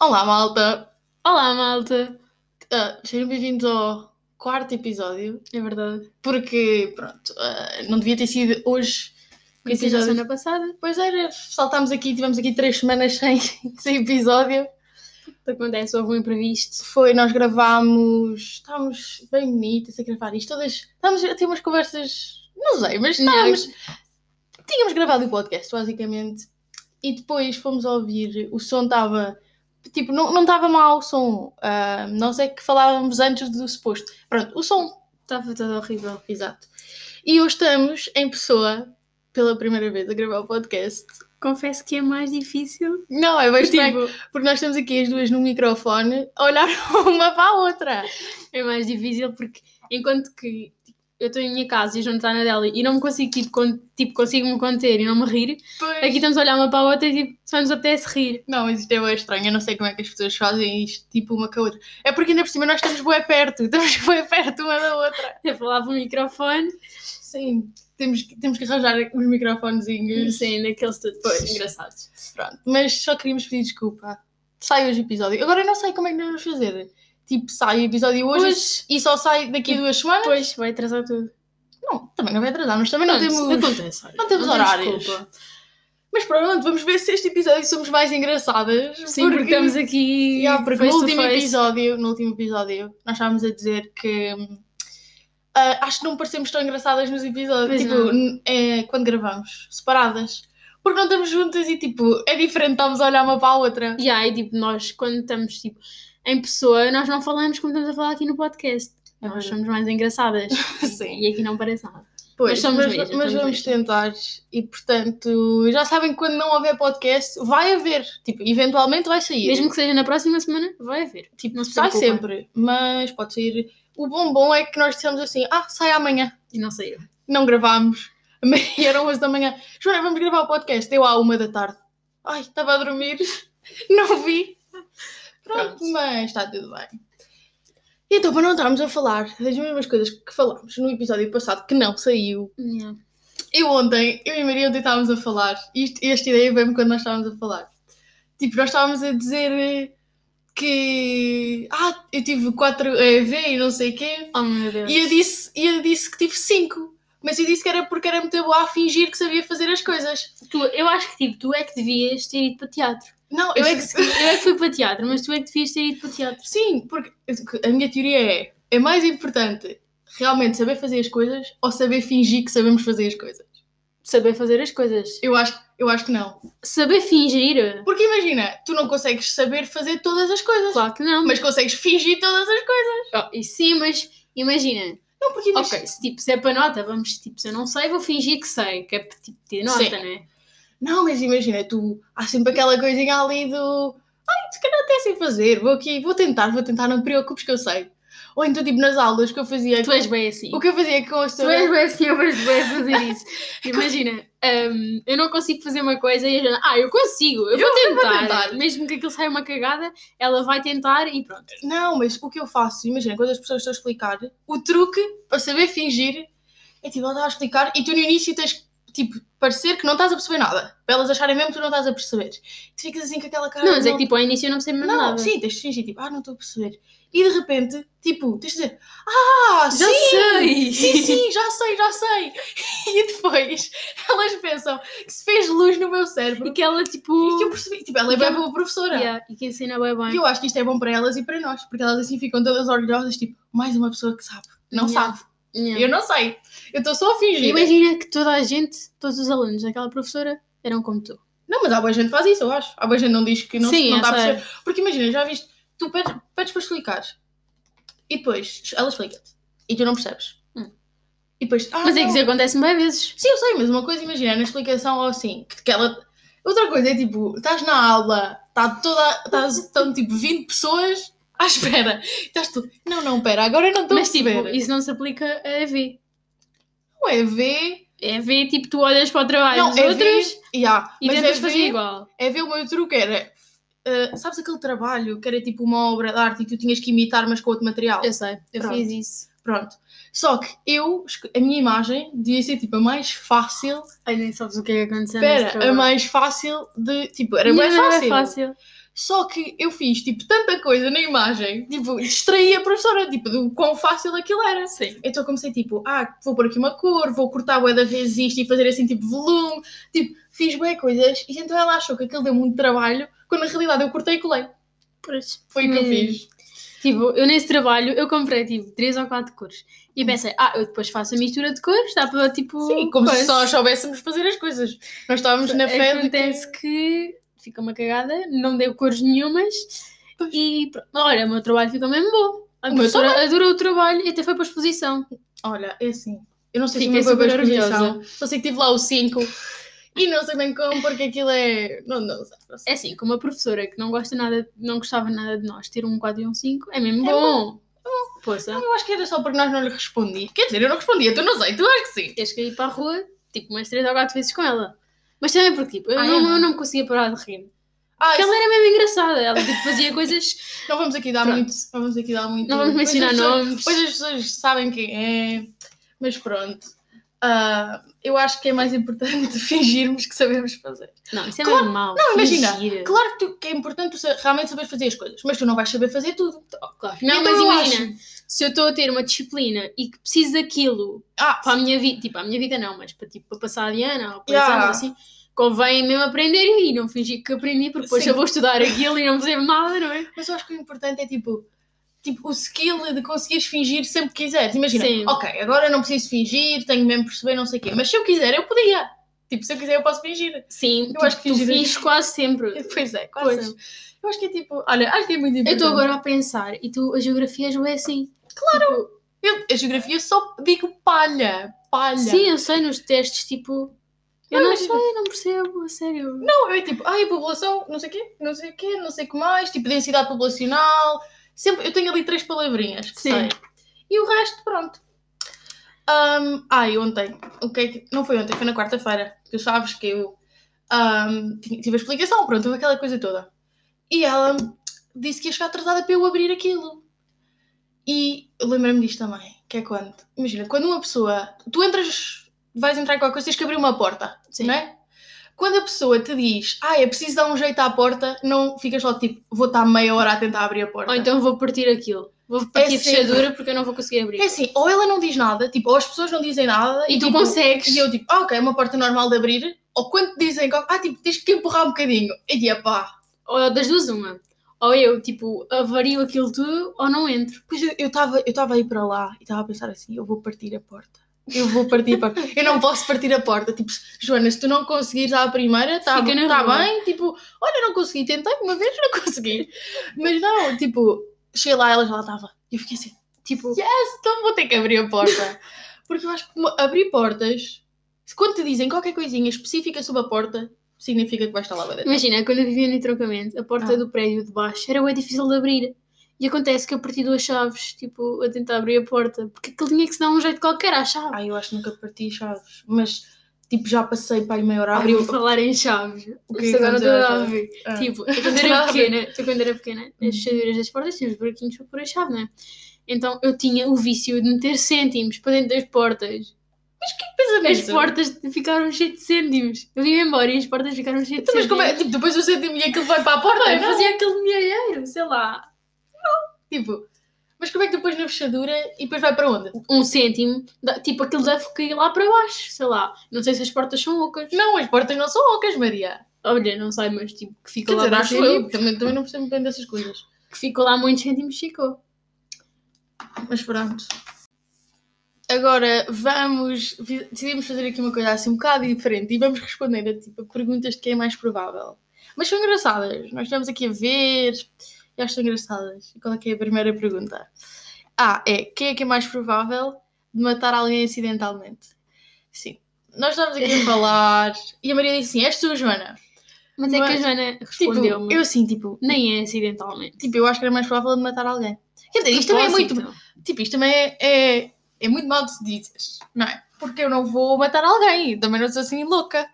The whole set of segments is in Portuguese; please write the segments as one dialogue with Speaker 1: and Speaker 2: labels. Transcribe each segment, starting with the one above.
Speaker 1: Olá, malta!
Speaker 2: Olá, malta!
Speaker 1: Ah, sejam bem-vindos ao quarto episódio,
Speaker 2: É verdade.
Speaker 1: porque, pronto, ah, não devia ter sido hoje. o
Speaker 2: Conheci a
Speaker 1: episódio.
Speaker 2: é semana passada.
Speaker 1: Pois era, saltámos aqui, tivemos aqui três semanas sem, sem episódio.
Speaker 2: O que acontece? Houve um imprevisto.
Speaker 1: Foi, nós gravámos, estávamos bem bonitas a gravar isto, todas, estávamos a ter umas conversas, não sei, mas estávamos, tínhamos gravado o podcast, basicamente, e depois fomos a ouvir, o som estava, tipo, não não estava mal o som, ah, nós é que falávamos antes do suposto. Pronto, o som
Speaker 2: Estava todo horrível.
Speaker 1: Exato. E hoje estamos em pessoa, pela primeira vez, a gravar o podcast.
Speaker 2: Confesso que é mais difícil.
Speaker 1: Não, é bem estranho,
Speaker 2: tipo,
Speaker 1: porque nós estamos aqui as duas no microfone a olhar uma para a outra.
Speaker 2: é mais difícil porque enquanto que tipo, eu estou em minha casa e o João está na dela e não me consigo, tipo, con- tipo consigo me conter e não me rir, aqui estamos a olhar uma para a outra e tipo, só nos apetece rir.
Speaker 1: tá- Não, mas isto é bem estranho. Eu não sei como é que as pessoas fazem isto, tipo, uma com a outra. É porque ainda por cima nós estamos bué perto. Estamos bué perto uma da outra.
Speaker 2: Eu falava o microfone.
Speaker 1: Sim. Temos que, temos que arranjar uns microfonezinhos.
Speaker 2: Sim, daqueles todos
Speaker 1: Pois.
Speaker 2: engraçados.
Speaker 1: Pronto. Mas só queríamos pedir desculpa. Sai hoje o episódio. Agora eu não sei como é que nós vamos fazer. Tipo, sai o episódio hoje,
Speaker 2: Hoje-
Speaker 1: e só sai daqui a duas semanas.
Speaker 2: Pois, vai atrasar tudo.
Speaker 1: Não, também não vai atrasar, mas também não
Speaker 2: Pronto,
Speaker 1: temos.
Speaker 2: acontece, olha,
Speaker 1: não temos horários.
Speaker 2: desculpa.
Speaker 1: Mas pronto, vamos ver se este episódio somos mais engraçadas.
Speaker 2: Sim, porque, estamos aqui.
Speaker 1: Yeah, porque
Speaker 2: face
Speaker 1: no
Speaker 2: to
Speaker 1: último,
Speaker 2: face.
Speaker 1: episódio, no último episódio nós estávamos a dizer que hum, ah, acho que não parecemos tão engraçadas nos episódios.
Speaker 2: Pois
Speaker 1: Tipo,
Speaker 2: não.
Speaker 1: n- é, quando gravamos, separadas. Porque não estamos juntas e tipo, é diferente estamos a olhar uma para a outra.
Speaker 2: E aí, tipo, nós, quando estamos tipo, em pessoa, nós não falamos como estamos a falar aqui no podcast.
Speaker 1: É
Speaker 2: nós
Speaker 1: verdade.
Speaker 2: somos mais engraçadas.
Speaker 1: Sim.
Speaker 2: e aqui não parece nada.
Speaker 1: Pois,
Speaker 2: Mas somos
Speaker 1: mas,
Speaker 2: mesmo,
Speaker 1: mas
Speaker 2: somos
Speaker 1: vamos tentar. E portanto, já sabem que quando não houver podcast, vai haver. Tipo, eventualmente vai sair.
Speaker 2: Mesmo que seja na próxima semana, vai haver. Tipo, não se
Speaker 1: Sai
Speaker 2: preocupem.
Speaker 1: sempre, mas pode sair. O bom bom é que nós dissemos assim: ah, sai amanhã.
Speaker 2: E não saiu.
Speaker 1: Não gravámos. E eram 11 da manhã. Joana, vamos gravar o podcast. Eu à uma da tarde. Ai, estava a dormir. Não vi. Pronto,
Speaker 2: Pronto.
Speaker 1: mas está tudo bem. E Então, para não estarmos a falar das mesmas coisas que falámos no episódio passado, que não saiu,
Speaker 2: Yeah.
Speaker 1: eu ontem, eu e Maria ontem estávamos a falar, isto, esta ideia veio-me quando nós estávamos a falar. Tipo, nós estávamos a dizer eh, que. Ah, eu tive 4 EV e não sei o quê.
Speaker 2: Oh meu Deus.
Speaker 1: E eu disse, e eu disse que tive 5. Mas eu disse que era porque era muito boa a fingir que sabia fazer as coisas.
Speaker 2: Tu, eu acho que tipo, tu é que devias ter ido para teatro.
Speaker 1: Não,
Speaker 2: Eu é,
Speaker 1: que.
Speaker 2: que, eu é que fui para teatro, mas tu é que devias ter ido para teatro.
Speaker 1: Sim, porque a minha teoria é: é mais importante realmente saber fazer as coisas ou saber fingir que sabemos fazer as coisas?
Speaker 2: Saber fazer as coisas.
Speaker 1: Eu acho, eu acho que não.
Speaker 2: Saber fingir.
Speaker 1: Porque imagina, tu não consegues saber fazer todas as coisas.
Speaker 2: Claro que não. Mas...
Speaker 1: mas consegues fingir todas as coisas.
Speaker 2: Oh, e sim, mas imagina.
Speaker 1: Não, porque imagina-
Speaker 2: Ok, se, tipo, se é para nota, vamos, tipo, se eu não sei, vou fingir que sei, que é para tipo, ter nota,
Speaker 1: Sim.
Speaker 2: não é?
Speaker 1: Não, mas imagina, tu há sempre aquela coisinha ali do ai, se calhar até sei fazer, vou aqui, vou tentar, vou tentar, não te preocupes que eu sei. Ou então tipo nas aulas que eu fazia.
Speaker 2: Tu és bem assim.
Speaker 1: O que eu fazia com as
Speaker 2: Tu és bem assim, eu vejo bem fazer isso. Imagina, hum, eu não consigo fazer uma coisa e a Jana, ah, eu consigo, eu, vou, tentar.
Speaker 1: tentar.
Speaker 2: Mesmo que aquilo saia uma cagada, ela vai tentar e pronto.
Speaker 1: Não, mas o que eu faço, imagina, quando as pessoas estão a explicar, o truque para saber fingir é tipo, ela está a explicar e tu no início tens tipo, parecer que não estás a perceber nada. Para elas acharem mesmo que tu não estás a perceber. E tu ficas assim com aquela cara.
Speaker 2: não, mas é
Speaker 1: "Não,
Speaker 2: que tipo, ao início eu não percebo mesmo
Speaker 1: Não,
Speaker 2: nada.
Speaker 1: sim, tens de fingir, tipo, ah, não estou a perceber. E de repente, tipo, tens de dizer, ah,
Speaker 2: Já
Speaker 1: sim,
Speaker 2: sei!
Speaker 1: sim, sim, já sei, já sei. E depois elas pensam que se fez luz no meu
Speaker 2: E
Speaker 1: cérebro
Speaker 2: que ela tipo.
Speaker 1: e que eu percebi, tipo, ela é
Speaker 2: E que
Speaker 1: bem
Speaker 2: ela-
Speaker 1: boa professora.
Speaker 2: Yeah, e que ensina bem bem.
Speaker 1: E eu acho que isto é bom para elas e para nós, porque elas assim ficam todas orgulhosas, tipo, mais uma pessoa que sabe. Não
Speaker 2: Yeah.
Speaker 1: sabe.
Speaker 2: Yeah.
Speaker 1: Eu não sei. Eu estou só a fingir.
Speaker 2: Imagina que toda a gente, todos os alunos daquela professora, eram como tu.
Speaker 1: Não, mas há boa gente que faz isso, eu acho. Há boa gente que não diz que não,
Speaker 2: Sim, é.
Speaker 1: não
Speaker 2: eu
Speaker 1: está a
Speaker 2: sei.
Speaker 1: perceber. Porque imagina, já viste, tu pedes, pedes para explicar e depois ela explica-te e tu não percebes.
Speaker 2: Hum.
Speaker 1: E depois, ah,
Speaker 2: Mas é que
Speaker 1: não.
Speaker 2: isso acontece bem vezes.
Speaker 1: Sim, eu sei, mas uma coisa, imagina, na explicação ou assim, que, que ela. Outra coisa é tipo, estás na aula, está toda. Estás, estão tipo 20 pessoas à espera. Estás tu, não, não, pera, agora eu não estou a
Speaker 2: Mas tipo,
Speaker 1: perceber.
Speaker 2: isso não se aplica a EV.
Speaker 1: Não é ver.
Speaker 2: É ver, tipo, tu olhas para o trabalho
Speaker 1: Não,
Speaker 2: dos
Speaker 1: é
Speaker 2: outros
Speaker 1: ver. Yeah,
Speaker 2: e
Speaker 1: mas é
Speaker 2: tentas fazer
Speaker 1: ver-
Speaker 2: igual.
Speaker 1: é ver o meu truque, era. ah, sabes aquele trabalho que era tipo uma obra de arte e tu tinhas que imitar, mas com outro material?
Speaker 2: Eu sei, eu
Speaker 1: Pronto.
Speaker 2: fiz isso.
Speaker 1: Pronto. Só que eu, esco- a minha imagem devia ser tipo a mais fácil.
Speaker 2: Ai, nem sabes o que é que aconteceu. nesse
Speaker 1: Espera, a
Speaker 2: trabalho.
Speaker 1: mais fácil de. Tipo, era
Speaker 2: Minha
Speaker 1: bem
Speaker 2: mãe
Speaker 1: fácil.
Speaker 2: É fácil.
Speaker 1: Só que eu fiz tipo tanta coisa na imagem, tipo, distraí a professora, tipo, do quão fácil aquilo era.
Speaker 2: Sim.
Speaker 1: Então eu comecei tipo, ah, vou pôr aqui uma cor, vou cortar bué da vez isto e fazer assim tipo volume, tipo, fiz bué coisas e então ela achou que aquilo deu muito trabalho, quando na realidade eu cortei e colei.
Speaker 2: Pois.
Speaker 1: Foi o que eu
Speaker 2: Hum.
Speaker 1: fiz.
Speaker 2: Tipo, eu nesse trabalho, eu comprei tipo 3 ou 4 cores. E pensei, ah, eu depois faço a mistura de cores, dá para tipo.
Speaker 1: Hum. Sim, como se
Speaker 2: coisa.
Speaker 1: só soubéssemos fazer as coisas. Nós estávamos na fé de que...
Speaker 2: é Acontece que... fica uma cagada, não deu cores nenhumas e pronto. Olha, o meu trabalho ficou mesmo bom. A
Speaker 1: O meu
Speaker 2: professora adorou o trabalho e até foi para a exposição.
Speaker 1: Olha, é assim, eu não sei
Speaker 2: Fiquei
Speaker 1: se o meu foi
Speaker 2: super
Speaker 1: para a exposição, só sei que tive lá o 5 e não sei bem como porque aquilo é... Não, não, sei, não sei.
Speaker 2: É assim, com uma professora que não gosta nada, não gostava nada de nós, ter um 4 e um 5 é mesmo bom. Poça,
Speaker 1: É, Eu acho que era só porque nós não lhe respondi. Quer dizer, eu não respondia, tu não sei, tu acho que sim.
Speaker 2: tens que ir para a rua, tipo, umas 3 ou 4 vezes com ela. Mas também porque, tipo, eu,
Speaker 1: Ah, é
Speaker 2: não,
Speaker 1: bom.
Speaker 2: eu não me conseguia parar de rir.
Speaker 1: Ah,
Speaker 2: Porque
Speaker 1: isso-
Speaker 2: ela era mesmo engraçada, ela tipo, fazia coisas.
Speaker 1: Não vamos aqui dar
Speaker 2: Pronto.
Speaker 1: muito. é- Não vamos aqui dar muito.
Speaker 2: Não vamos
Speaker 1: Pois as
Speaker 2: mencionar
Speaker 1: pessoas-
Speaker 2: nomes.
Speaker 1: Pois as pessoas sabem quem é. Mas pronto. Ah, eu acho que é mais importante fingirmos que sabemos fazer.
Speaker 2: Não, isso é
Speaker 1: Claro-
Speaker 2: mesmo mau.
Speaker 1: não, imagina,
Speaker 2: fingir.
Speaker 1: Claro que, tu- que é importante tu sa- realmente saber fazer as coisas, mas tu não vais saber fazer tudo.
Speaker 2: Claro. Não,
Speaker 1: Então
Speaker 2: mas
Speaker 1: eu
Speaker 2: imagina, se eu estou a ter uma disciplina e que preciso daquilo
Speaker 1: Ah,
Speaker 2: para a minha vida, tipo, para a minha vida não, mas para, tipo, para passar a Diana ou para
Speaker 1: Yeah.
Speaker 2: exames assim, convém mesmo aprender e não fingir que aprendi, porque depois
Speaker 1: Sim.
Speaker 2: eu vou estudar aquilo e não percebo nada, não é?
Speaker 1: mas eu acho que o importante é tipo. Tipo, o skill de conseguires fingir sempre que quiseres. Imagina,
Speaker 2: Sim.
Speaker 1: ok, agora eu não preciso fingir, tenho mesmo que perceber, não sei o quê. Mas se eu quiser, eu podia. Tipo, se eu quiser, eu posso fingir.
Speaker 2: Sim,
Speaker 1: Eu
Speaker 2: tu,
Speaker 1: acho que
Speaker 2: tu
Speaker 1: fingir-
Speaker 2: finges quase sempre.
Speaker 1: Pois é, quase.
Speaker 2: Pois.
Speaker 1: sempre. Eu acho que é tipo, olha, acho que é muito importante.
Speaker 2: Eu estou agora a pensar, e tu, a geografia já é assim. Claro!
Speaker 1: Eu, a geografia eu só digo palha. Palha.
Speaker 2: sim, eu sei, nos testes, tipo,
Speaker 1: Não,
Speaker 2: eu não,
Speaker 1: mas-
Speaker 2: sei, não percebo, a sério.
Speaker 1: Não, eu tipo, ai, população, não sei o quê, não sei o quê, não sei o que mais, tipo, densidade populacional. Sempre, eu tenho ali três palavrinhas que
Speaker 2: Sim.
Speaker 1: sei. E o resto, pronto. Ahm, ai, ontem, o que é que. Não foi ontem, foi na quarta-feira. Tu sabes que eu ahm, ti- tive a explicação, pronto, houve aquela coisa toda. E ela disse que ia chegar atrasada para eu abrir aquilo. E eu lembrei-me disto também, que é quando. Imagina, quando uma pessoa. Tu entras, vais entrar em qualquer coisa, tens que abrir uma porta,
Speaker 2: Sim.
Speaker 1: não é? Quando a pessoa te diz, ah, é preciso dar um jeito à porta, não ficas logo tipo, vou estar meia hora a tentar abrir a porta.
Speaker 2: Ou então vou partir aquilo. Vou partir a
Speaker 1: sempre.
Speaker 2: fechadura porque eu não vou conseguir abrir.
Speaker 1: É assim, ou ela não diz nada, tipo, ou as pessoas não dizem nada
Speaker 2: E tu
Speaker 1: tipo,
Speaker 2: consegues.
Speaker 1: E eu tipo, ah, ok, é uma porta normal de abrir, ou quando te dizem, ah, tipo, tens que empurrar um bocadinho, e tipo, "Ah". pá,
Speaker 2: Ou das duas, uma. Ou eu, tipo, avario aquilo tudo ou não entro.
Speaker 1: pois eu estava eu tava a ir para lá e estava a pensar assim, eu vou partir a porta. Eu vou partir a porta. Eu não posso partir a porta. Tipo, Joana, se tu não conseguires à primeira, está
Speaker 2: Fica na
Speaker 1: tá
Speaker 2: rua.
Speaker 1: bem. Tipo, olha, não consegui, tentei uma vez, não consegui. Mas não, tipo, cheguei lá, ela já lá estava. E eu fiquei assim,
Speaker 2: Tipo,
Speaker 1: então vou ter que abrir a porta. Porque eu acho que mo- abrir portas, se quando te dizem qualquer coisinha específica sobre a porta, significa que vais estar lá para dentro.
Speaker 2: imagina, quando eu vivia no entroncamento, a porta
Speaker 1: Ah.
Speaker 2: do prédio de baixo era bem difícil de abrir. E acontece que eu parti duas chaves, tipo, a tentar abrir a porta. Porque aquilo tinha que se dar um jeito qualquer à chave.
Speaker 1: Ah, eu acho que nunca parti chaves, mas tipo já passei para aí meia hora a
Speaker 2: Abri
Speaker 1: abrir
Speaker 2: por falar em chaves.
Speaker 1: O que é
Speaker 2: Isso
Speaker 1: que
Speaker 2: agora
Speaker 1: vamos
Speaker 2: estou a
Speaker 1: dizer?
Speaker 2: ver.
Speaker 1: Ah.
Speaker 2: Tipo, eu quando
Speaker 1: Nada a
Speaker 2: era
Speaker 1: ver.
Speaker 2: pequena, eu quando era pequena,
Speaker 1: Uhum.
Speaker 2: as fechaduras das portas tinham os buraquinhos para pôr a chave, não é? Então eu tinha o vício de meter cêntimos para dentro das portas. As
Speaker 1: pensamento.
Speaker 2: portas ficaram cheias de cêntimos. Eu ia embora e as portas ficaram cheias de
Speaker 1: Então, mas
Speaker 2: cêntimos.
Speaker 1: como é? Tipo, depois eu senti-me e aquilo vai para a porta, é
Speaker 2: Ah, eu
Speaker 1: não?
Speaker 2: fazia aquele milheiro, sei lá.
Speaker 1: Tipo, mas como é que depois na fechadura e depois vai para onde?
Speaker 2: Um cêntimo, dá- tipo aquilo deve cair lá para baixo, sei lá. Não sei se as portas são ocas.
Speaker 1: Não, as portas não são ocas, Maria.
Speaker 2: Olha, não sei, mas tipo, que ficou
Speaker 1: Quer
Speaker 2: lá
Speaker 1: dizer,
Speaker 2: mais
Speaker 1: acho eu.
Speaker 2: cêntimos.
Speaker 1: Também, também não percebo bem dessas coisas.
Speaker 2: Que ficou lá muitos cêntimos, ficou.
Speaker 1: Mas pronto. Agora vamos. vi- Decidimos fazer aqui uma coisa assim um bocado diferente e vamos responder a tipo, perguntas de quem é mais provável. Mas são engraçadas. Nós estamos aqui a ver e acho que são engraçadas. E Qual é que é a primeira pergunta? Ah, é quem é que é mais provável de matar alguém acidentalmente? Sim. Nós estamos aqui a falar e a Maria disse assim: És tu, Joana?
Speaker 2: Mas, é que a
Speaker 1: Mas,
Speaker 2: Joana
Speaker 1: Tipo,
Speaker 2: respondeu-me.
Speaker 1: eu assim, tipo,
Speaker 2: Nem é acidentalmente.
Speaker 1: tipo, eu acho que era mais provável de matar alguém. Quer dizer, isto também é muito
Speaker 2: Propósito.
Speaker 1: Tipo, isto também é, é, é muito mal de se dizer, não é? Porque eu não vou matar alguém, também não sou assim louca.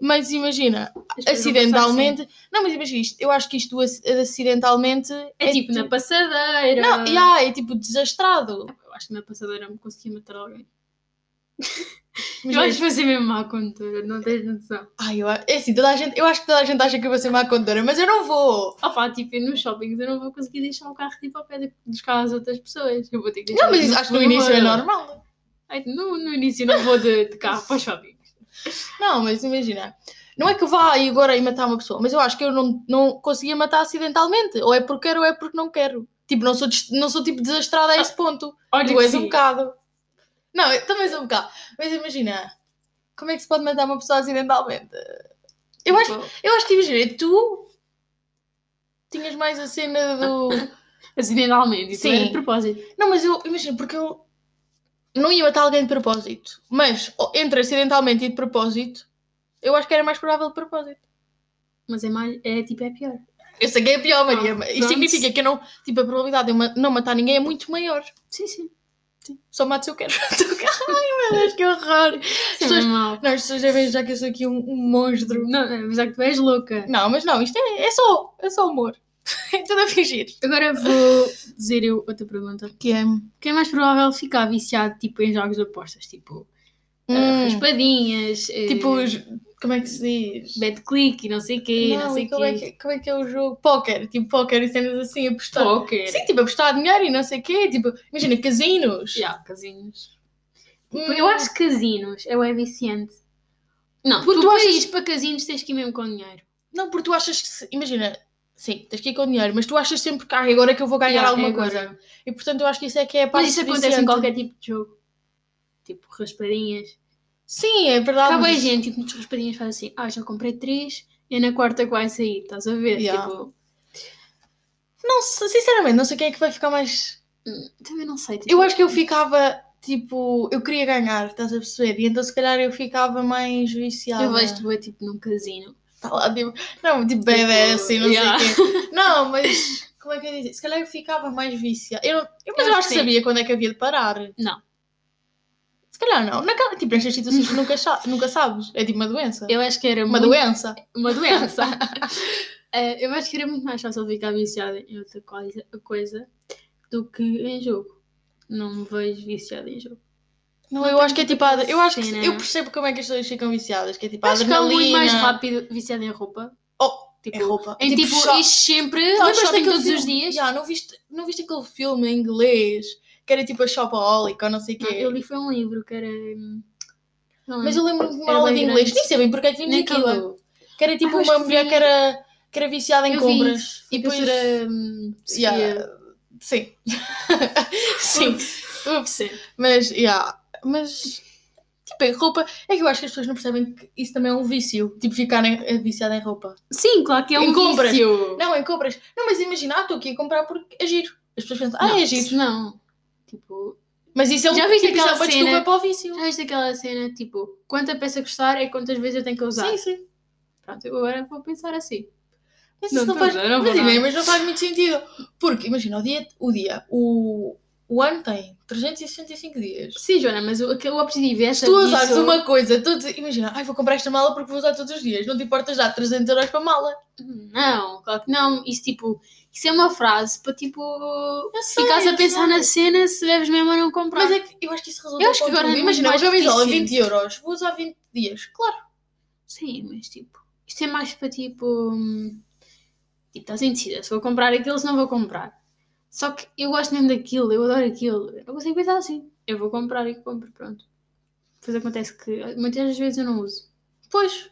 Speaker 1: Mas imagina,
Speaker 2: As pessoas vão
Speaker 1: acidentalmente. Não, mas imagina isto, eu acho que isto do ac- acidentalmente. tipo-
Speaker 2: pensar assim. É tipo na é tipo passadeira.
Speaker 1: Não, yeah, é tipo desastrado.
Speaker 2: acho que na passadeira me conseguia matar alguém.
Speaker 1: Mas
Speaker 2: eu
Speaker 1: é-
Speaker 2: acho que vou ser mesmo má condutora, não tens noção.
Speaker 1: Ai, eu, é assim, toda a gente, eu acho que toda a gente acha que eu vou ser má condutora, mas eu não vou.
Speaker 2: Opa, tipo, nos shoppings eu não vou conseguir deixar o carro tipo ao pé de- dos carros das outras pessoas. Eu vou ter que deixar.
Speaker 1: Não, mas isso acho que no início é normal.
Speaker 2: Ai, no, no início não vou de, de carro para o shopping.
Speaker 1: Não, mas imagina. Não é que eu vá aí agora e matar uma pessoa, mas eu acho que eu não, não conseguia matar acidentalmente. Ou é porque quero ou é porque não quero. Tipo, não sou, des- não sou tipo desastrada a esse ponto.
Speaker 2: Olha,
Speaker 1: Tu
Speaker 2: Ah, que
Speaker 1: és
Speaker 2: sim.
Speaker 1: um bocado. Não, eu também sou um bocado. Mas imagina, como é que se pode matar uma pessoa acidentalmente? Eu acho,
Speaker 2: Tipo,
Speaker 1: eu acho que imagina, tu tinhas mais a cena do.
Speaker 2: Acidentalmente, isso era
Speaker 1: Sim.
Speaker 2: de propósito.
Speaker 1: Não, mas eu imagino, porque eu não ia matar alguém de propósito, mas o- entre acidentalmente e de propósito, eu acho que era mais provável de propósito.
Speaker 2: Mas é mais, é tipo, é pior.
Speaker 1: Eu sei que é pior, Maria,
Speaker 2: Ah,
Speaker 1: mas
Speaker 2: pronto.
Speaker 1: isso significa que eu não. Tipo, a probabilidade de eu ma- não matar ninguém é muito maior.
Speaker 2: Sim, sim.
Speaker 1: Só mato se eu quero. Ai meu Deus, que horror!
Speaker 2: Isso é
Speaker 1: Pessoas-
Speaker 2: mesmo mau.
Speaker 1: Não, as pessoas devem já que eu sou aqui um, um monstro.
Speaker 2: Não, não, apesar que tu és louca.
Speaker 1: Não, mas não, isto é, é só, é só humor. É tudo a fingir.
Speaker 2: Agora vou dizer eu outra pergunta.
Speaker 1: Que é.
Speaker 2: Quem é mais provável ficar viciado tipo, em jogos de apostas? Tipo, eh, raspadinhas,
Speaker 1: Hum,
Speaker 2: eh,
Speaker 1: tipo, os- como é que se diz?
Speaker 2: bad click e não sei o quê, não,
Speaker 1: Não,
Speaker 2: sei
Speaker 1: e
Speaker 2: o quê.
Speaker 1: como é, que, como é que é o jogo? Póquer, tipo póquer e cenas assim, apostar.
Speaker 2: Poker.
Speaker 1: Sim, tipo, apostar dinheiro e não sei o quê. Tipo, imagina, casinos.
Speaker 2: Já, casinos.
Speaker 1: Hum,
Speaker 2: Eu acho que casinos é o é viciante. Não,
Speaker 1: Porque
Speaker 2: tu,
Speaker 1: tu
Speaker 2: para
Speaker 1: achas-
Speaker 2: ires para casinos tens que ir mesmo com dinheiro.
Speaker 1: Não, porque tu achas que. se- Imagina, sim, tens que ir com dinheiro, mas tu achas sempre que "Ai, agora é que eu vou ganhar
Speaker 2: Yeah,
Speaker 1: alguma
Speaker 2: é agora.
Speaker 1: coisa. E portanto eu acho que isso é que é a parte
Speaker 2: Mas isso acontece
Speaker 1: viciante.
Speaker 2: em qualquer tipo de jogo. Tipo, raspadinhas.
Speaker 1: Sim, é verdade.
Speaker 2: Acaba a
Speaker 1: mas-
Speaker 2: gente, tipo, nos raspadinhas faz assim, ah, já comprei três, é na quarta que vai sair, estás a ver?
Speaker 1: Yeah.
Speaker 2: Tipo,
Speaker 1: Não, sei- sinceramente, não sei quem é que vai ficar mais
Speaker 2: também não sei. Tipo,
Speaker 1: Eu acho que eu ficava tipo, eu queria ganhar, estás a perceber? E então se calhar eu ficava mais viciada.
Speaker 2: Eu vejo-te bué, tipo, num casino.
Speaker 1: Tá lá, tipo, não, tipo BDS e não
Speaker 2: yeah.
Speaker 1: sei o quê. Não, mas como é que eu ia dizer? Se calhar eu ficava mais viciada. Eu, eu- mas eu,
Speaker 2: acho
Speaker 1: acho
Speaker 2: que
Speaker 1: que
Speaker 2: sim.
Speaker 1: sabia quando é que havia de parar.
Speaker 2: Não.
Speaker 1: Se calhar não. Naquela, tipo, nestas situações tu nunca, sa- nunca sabes. É tipo uma doença.
Speaker 2: Eu acho que era
Speaker 1: Uma
Speaker 2: muito...
Speaker 1: doença.
Speaker 2: uma doença. Eh, eu acho que era muito mais fácil ficar viciada em outra coisa, coisa do que em jogo. Não me vejo viciada em jogo.
Speaker 1: Não, eu acho que é tipo. a- Eu acho que
Speaker 2: Cena.
Speaker 1: eu percebo como é que as pessoas ficam viciadas. Que é tipo a
Speaker 2: assim, né? acho que é
Speaker 1: adrenalina.
Speaker 2: muito mais rápido viciada em roupa.
Speaker 1: Oh,
Speaker 2: tipo,
Speaker 1: É roupa.
Speaker 2: Em tipo,
Speaker 1: só- é
Speaker 2: ir sempre ao
Speaker 1: Lembras
Speaker 2: shopping
Speaker 1: daquele
Speaker 2: todos os
Speaker 1: filme?
Speaker 2: dias.
Speaker 1: Já, não, viste, não viste aquele filme em inglês que era tipo a Shopaholic ou não sei o
Speaker 2: Não,
Speaker 1: quê?
Speaker 2: eu li foi um livro que era... hum, não
Speaker 1: Mas eu lembro-me de uma
Speaker 2: Era
Speaker 1: aula de
Speaker 2: bem
Speaker 1: inglês,
Speaker 2: grande.
Speaker 1: nem sabem porque é que vimos
Speaker 2: Nem aquilo.
Speaker 1: aquilo. Que era tipo
Speaker 2: Ah, acho
Speaker 1: uma
Speaker 2: que
Speaker 1: mulher
Speaker 2: vi.
Speaker 1: que era, que era viciada em
Speaker 2: Eu vi
Speaker 1: compras.
Speaker 2: isso.
Speaker 1: E
Speaker 2: A
Speaker 1: depois.
Speaker 2: professora, hum, Sofia.
Speaker 1: Yeah. Sim. Sim. Ups.
Speaker 2: Sim.
Speaker 1: Mas, yeah. Mas. Tipo, em roupa. É que eu acho que as pessoas não percebem que isso também é um vício. Tipo, ficarem eh, viciada em roupa.
Speaker 2: Sim, claro que é um
Speaker 1: Em compras.
Speaker 2: vício.
Speaker 1: Não, em compras. Não, mas imagina, ah, estou aqui a comprar porque é giro. As pessoas pensam, ah,
Speaker 2: Não,
Speaker 1: é giro.
Speaker 2: isso não. Tipo,
Speaker 1: Mas isso é um
Speaker 2: Já viste
Speaker 1: tipo, isso é
Speaker 2: aquela
Speaker 1: uma
Speaker 2: cena?
Speaker 1: desculpa para o vício.
Speaker 2: já viste aquela cena, tipo, quanta peça custar é quantas vezes eu tenho que usar.
Speaker 1: Sim, sim.
Speaker 2: Pronto, eu agora vou pensar assim.
Speaker 1: Mas
Speaker 2: Não,
Speaker 1: isso não,
Speaker 2: tô a
Speaker 1: faz.
Speaker 2: usar, não vou
Speaker 1: mas, imagina,
Speaker 2: nada.
Speaker 1: mas não faz muito sentido. Porque imagina, o dia, o, dia o, o ano tem 365 dias.
Speaker 2: Sim, Joana, mas o, aquele- o objetivo é
Speaker 1: Se tu usares
Speaker 2: disso-
Speaker 1: uma coisa, tu dizes, imagina, ai, vou comprar esta mala porque vou usar todos os dias. Não te importas dar 300 euros para a mala.
Speaker 2: Não, claro que não. Isso, tipo, isso é uma frase para, tipo,
Speaker 1: Eu sei,
Speaker 2: ficares a
Speaker 1: eu
Speaker 2: pensar na
Speaker 1: sei.
Speaker 2: cena se deves mesmo ou não comprar.
Speaker 1: é. Mas é que eu acho que isso resulta
Speaker 2: Eu acho
Speaker 1: para
Speaker 2: que agora
Speaker 1: tudo.
Speaker 2: é
Speaker 1: Imagina,
Speaker 2: muito
Speaker 1: uma
Speaker 2: mais
Speaker 1: camisola
Speaker 2: eficiente.
Speaker 1: 20 euros, vou usar 20 dias. Claro.
Speaker 2: Sim, mas, tipo, isto é mais para, tipo, hum, tipo, estás indecida. Se vou comprar aquilo, se não vou comprar. Só que eu gosto mesmo daquilo, eu adoro aquilo. Eu não consigo pensar assim. Eu vou comprar e compro, pronto. Depois acontece que muitas das vezes eu não uso.
Speaker 1: Pois.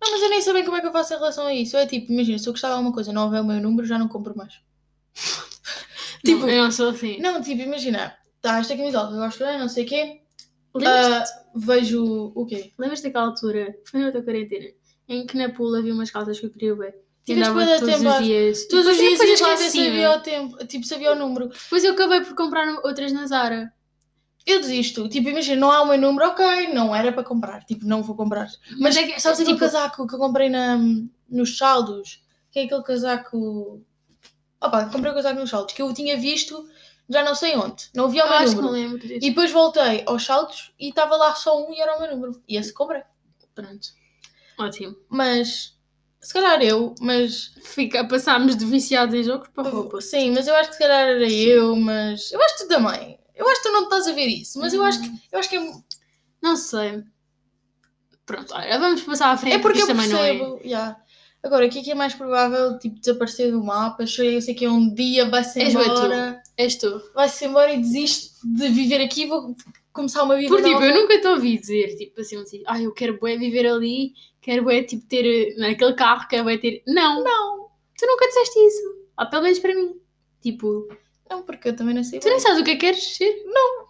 Speaker 1: Não, mas eu nem sei bem como é que eu faço em relação a isso. É tipo, imagina, se eu gostar de alguma coisa e não houver o meu número, já não compro mais.
Speaker 2: Tipo,
Speaker 1: Não,
Speaker 2: eu não sou assim.
Speaker 1: Não, tipo, imagina, tá, esta camisola que eu gosto, ah, não sei o quê,
Speaker 2: Lembras-te
Speaker 1: ah, vejo o quê?
Speaker 2: lembras daquela altura, foi na outra quarentena, em que na pula havia umas calças que eu queria ver. E
Speaker 1: Tiveste
Speaker 2: andava
Speaker 1: bué de
Speaker 2: todos
Speaker 1: tempo
Speaker 2: os
Speaker 1: a-
Speaker 2: dias.
Speaker 1: Todos os
Speaker 2: Depois-
Speaker 1: dias
Speaker 2: depois é
Speaker 1: ias lá ver se
Speaker 2: esqueci-me.
Speaker 1: havia o tempo, tipo, se havia o número.
Speaker 2: Depois eu acabei por comprar outras na Zara.
Speaker 1: Eu desisto, tipo, imagina, não há o meu número, ok, não era para comprar, tipo, não vou comprar. Mas é que, sabes aquele
Speaker 2: tipo,
Speaker 1: casaco que eu comprei na, nos saldos? Que é aquele casaco... Opa, comprei o casaco nos saldos, que eu tinha visto já não sei onde, não havia o
Speaker 2: eu
Speaker 1: meu
Speaker 2: Ah, acho que não
Speaker 1: número.
Speaker 2: lembro disso.
Speaker 1: E depois voltei aos saldos e estava lá só um e era o meu número. E esse comprei.
Speaker 2: Pronto. Ótimo.
Speaker 1: Mas, se calhar eu, mas...
Speaker 2: Fica, passámos de viciado em jogos para roupa.
Speaker 1: Sim, mas eu acho que se calhar era eu, mas eu acho que tu também. Eu Eu acho que tu não estás a ver isso, mas eu acho que, eu acho que é,
Speaker 2: Não sei. Pronto, olha, vamos passar à frente.
Speaker 1: é porque eu
Speaker 2: isto também não é-
Speaker 1: percebo. yeah. Agora, o que é que é mais provável, tipo, desaparecer do mapa? Eu sei que é um dia, vai-se
Speaker 2: És bem tu.
Speaker 1: embora.
Speaker 2: És tu.
Speaker 1: Vai-se embora e desiste de viver aqui e vou começar uma vida
Speaker 2: Porque, tipo,
Speaker 1: nova.
Speaker 2: eu nunca te ouvi dizer, tipo, assim, um sítio, ai, eu quero bué viver ali, quero bué, tipo, ter eh, naquele carro, quero bué ter... Não. Não. Tu nunca disseste isso. Ou pelo menos para mim. Tipo,
Speaker 1: Não, porque eu também não sei.
Speaker 2: tu nem sabes o que é que queres ser.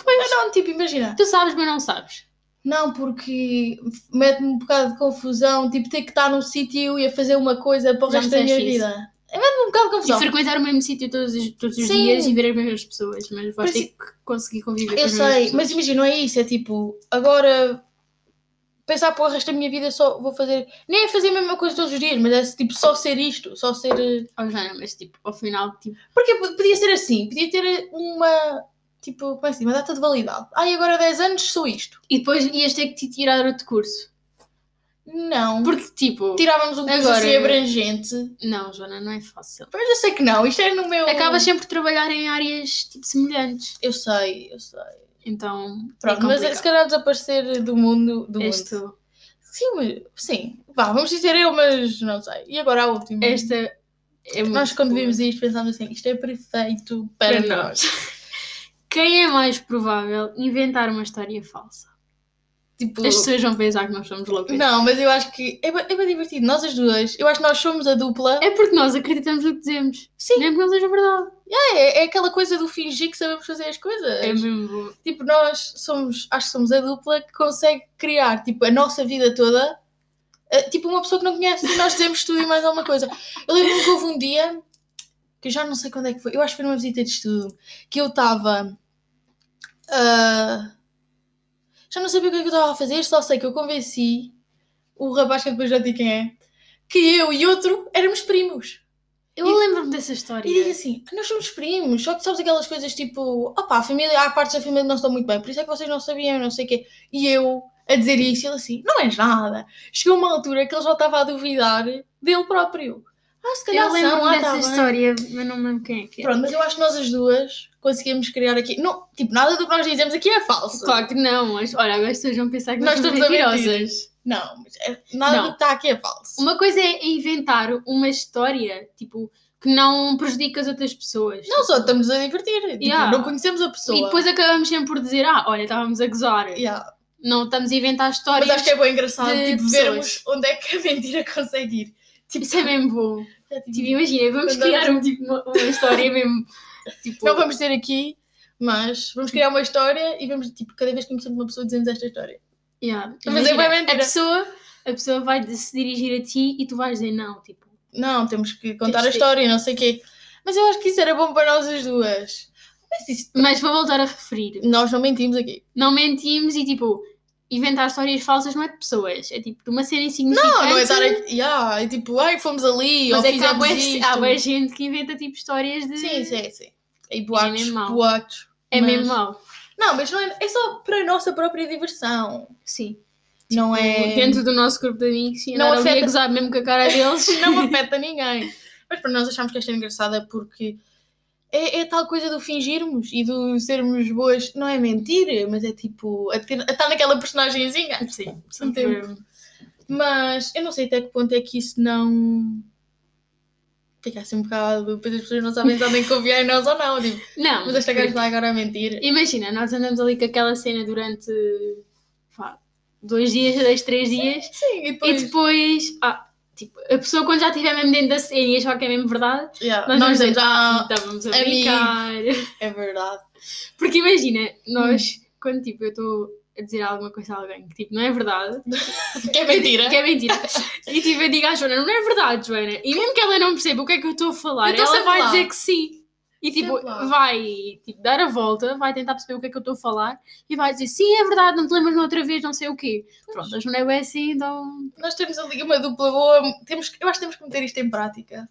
Speaker 1: Mas não, tipo, imagina.
Speaker 2: Tu sabes, mas não sabes.
Speaker 1: Não, porque mete-me um bocado de confusão, tipo, ter que estar num sítio e a fazer uma coisa para o
Speaker 2: Já
Speaker 1: resto
Speaker 2: me
Speaker 1: da minha
Speaker 2: disseste isso.
Speaker 1: vida. Mete-me um bocado de
Speaker 2: E
Speaker 1: confusão.
Speaker 2: Tipo, frequentar o mesmo sítio todos os, todos os
Speaker 1: Sim.
Speaker 2: dias e ver as mesmas pessoas, mas vais
Speaker 1: Por
Speaker 2: ter que conseguir conviver com
Speaker 1: Eu
Speaker 2: as mesmas
Speaker 1: sei,
Speaker 2: pessoas.
Speaker 1: mas imagina, não é isso, é tipo, agora pensar para o resto da minha vida só vou fazer, nem é fazer a mesma coisa todos os dias, mas é tipo só ser isto, só ser. eh,
Speaker 2: Oh, Joana, mas tipo, ao final, tipo,
Speaker 1: Porque p- podia ser assim, podia ter uma, tipo, como é que se diz, uma data de validade. Ai, agora 10 anos sou isto.
Speaker 2: e depois ias ter que te tirar outro curso.
Speaker 1: Não,
Speaker 2: Porque, tipo,
Speaker 1: tirávamos um curso
Speaker 2: Agora-
Speaker 1: assim abrangente.
Speaker 2: não, Joana, não é fácil.
Speaker 1: Mas eu sei que não, isto é no meu.
Speaker 2: Acabas sempre por trabalhar em áreas, tipo, semelhantes.
Speaker 1: Eu sei, eu sei.
Speaker 2: Então,
Speaker 1: Pronto, mas eh, se calhar desaparecer do mundo. Do mundo.
Speaker 2: és tu.
Speaker 1: Sim, mas- sim. Vá, vamos dizer eu, mas não sei. E agora a última.
Speaker 2: Esta é muito
Speaker 1: Nós, quando
Speaker 2: boa.
Speaker 1: vimos isto, pensámos assim: isto é perfeito para,
Speaker 2: Para
Speaker 1: nós.
Speaker 2: Quem é mais provável inventar uma história falsa?
Speaker 1: Tipo,
Speaker 2: As pessoas vão pensar que nós somos loucas.
Speaker 1: não, mas eu acho que é, bem- é bem divertido. Nós as duas, eu acho que nós somos a dupla.
Speaker 2: É porque nós acreditamos no que dizemos.
Speaker 1: Sim.
Speaker 2: Mesmo que não seja verdade.
Speaker 1: É, é, aquela coisa do fingir que sabemos fazer as coisas.
Speaker 2: É mesmo bom.
Speaker 1: Tipo, nós somos, acho que somos a dupla que consegue criar, tipo, a nossa vida toda. eh, Tipo, uma pessoa que não conhece e nós dizemos tudo e mais alguma coisa. Eu lembro-me que houve um dia, que eu já não sei quando é que foi, eu acho que foi numa visita de estudo, que eu estava. ah, já não sabia o que é que eu estava a fazer, só sei que eu convenci o rapaz que eu depois já digo quem é, que eu e outro éramos primos.
Speaker 2: Eu
Speaker 1: E-
Speaker 2: lembro-me dessa história.
Speaker 1: E diz assim, "Ah, nós somos primos, só que sabes aquelas coisas tipo, opá, a família, há partes da família que não estão muito bem, por isso é que vocês não sabiam, não sei o quê. E eu a dizer isso, e ele assim, não és nada. Chegou uma altura que ele já estava a duvidar dele próprio. Ah, se calhar
Speaker 2: Eu lembro
Speaker 1: são, ah,
Speaker 2: dessa
Speaker 1: tá bem."
Speaker 2: história, mas não me lembro quem é que é.
Speaker 1: Pronto, mas eu acho que nós as duas conseguimos criar aqui. Não, tipo, nada do que nós dizemos aqui é falso.
Speaker 2: Claro que não, mas olha, agora as pessoas vão pensar que
Speaker 1: Nós
Speaker 2: nós somos
Speaker 1: estamos a mentir.
Speaker 2: mentirosas.
Speaker 1: Não, mas é- nada
Speaker 2: Não.
Speaker 1: do que está aqui é falso.
Speaker 2: Uma coisa é inventar uma história, tipo, que não prejudica as outras pessoas.
Speaker 1: Não só estamos a divertir, tipo,
Speaker 2: Yeah.
Speaker 1: não conhecemos a pessoa.
Speaker 2: E depois acabamos sempre por dizer, ah, olha, estávamos a gozar.
Speaker 1: Yeah.
Speaker 2: Não estamos a inventar histórias.
Speaker 1: Mas acho que é bem engraçado,
Speaker 2: de
Speaker 1: tipo,
Speaker 2: pessoas.
Speaker 1: vermos onde é que a mentira consegue ir. Tipo,
Speaker 2: Isso é mesmo bom.
Speaker 1: Já tive-
Speaker 2: Tipo, imagina, vamos
Speaker 1: Quando
Speaker 2: criar um, tipo, uma, uma história mesmo, tipo...
Speaker 1: Não vamos ter aqui, mas vamos criar uma história e vamos, tipo, cada vez que conhecemos uma pessoa dizemos esta história.
Speaker 2: Yeah.
Speaker 1: Mas é
Speaker 2: Imagina,
Speaker 1: bué mentira.
Speaker 2: a pessoa, a pessoa vai se dirigir a ti e tu vais dizer não, tipo...
Speaker 1: Não, temos que contar
Speaker 2: Tens
Speaker 1: a
Speaker 2: de-
Speaker 1: história e não sei o quê. Mas eu acho que isso era bom para nós as duas. Mas isso,
Speaker 2: Mas vou voltar a referir.
Speaker 1: nós não mentimos aqui.
Speaker 2: não mentimos e tipo, inventar histórias falsas não é de pessoas, é tipo de uma cena insignificante.
Speaker 1: Não, não é estar aqui, yeah, é tipo, ai, fomos ali,
Speaker 2: mas
Speaker 1: ou
Speaker 2: é que há
Speaker 1: fizemos
Speaker 2: bué-
Speaker 1: isto.
Speaker 2: há boa gente que inventa tipo histórias de.
Speaker 1: Sim, sim, sim. E boatos,
Speaker 2: mesmo mau.
Speaker 1: boatos.
Speaker 2: É
Speaker 1: mas-
Speaker 2: mesmo mau.
Speaker 1: Não, mas não é, é só para a nossa própria diversão.
Speaker 2: Sim. Tipo,
Speaker 1: não é...
Speaker 2: Dentro do nosso grupo de amigos, e
Speaker 1: Não
Speaker 2: andar ali a
Speaker 1: afeta-
Speaker 2: gozar mesmo com a cara deles.
Speaker 1: não afeta ninguém. Mas para nós achamos que esta é engraçada porque é, é tal coisa do fingirmos e do sermos boas, não é mentir, mas é tipo a, ter- a estar naquela personagemzinha.
Speaker 2: Sim,
Speaker 1: Não tem- Mas eu não sei até que ponto é que isso não fica assim um bocado, depois as pessoas não sabem se podem confiar em nós ou não. Tipo,
Speaker 2: Não,
Speaker 1: mas esta gaja está agora a mentir.
Speaker 2: imagina, nós andamos ali com aquela cena durante vá, dois dias, dois, três dias,
Speaker 1: Sim, e
Speaker 2: e
Speaker 1: depois
Speaker 2: depois ah, tipo, a pessoa quando já estiver mesmo dentro da cena e achar que é mesmo verdade,
Speaker 1: yeah,
Speaker 2: nós
Speaker 1: nós
Speaker 2: vamos
Speaker 1: dizemos,
Speaker 2: dizer,
Speaker 1: ah,
Speaker 2: estávamos a
Speaker 1: amigo."
Speaker 2: brincar.
Speaker 1: é verdade.
Speaker 2: Porque imagina, nós,
Speaker 1: Hum.
Speaker 2: quando tipo, eu estou a dizer alguma coisa a alguém que tipo, não é verdade,
Speaker 1: Que é mentira.
Speaker 2: que é mentira, e tipo, eu digo à Joana, não é verdade, Joana, e mesmo que ela não perceba o que é que eu estou a falar,
Speaker 1: Eu tô
Speaker 2: ela
Speaker 1: sempre
Speaker 2: vai
Speaker 1: Então lá.
Speaker 2: dizer que sim. E tipo,
Speaker 1: Sempre lá.
Speaker 2: vai tipo, dar a volta, vai tentar perceber o que é que eu estou a falar e vai dizer sim, é verdade, não te lembras na outra vez, não sei o quê. Pronto, a Joana é bem assim, então.
Speaker 1: Nós temos ali uma dupla boa, temos, que- eu acho que temos que meter isto em prática.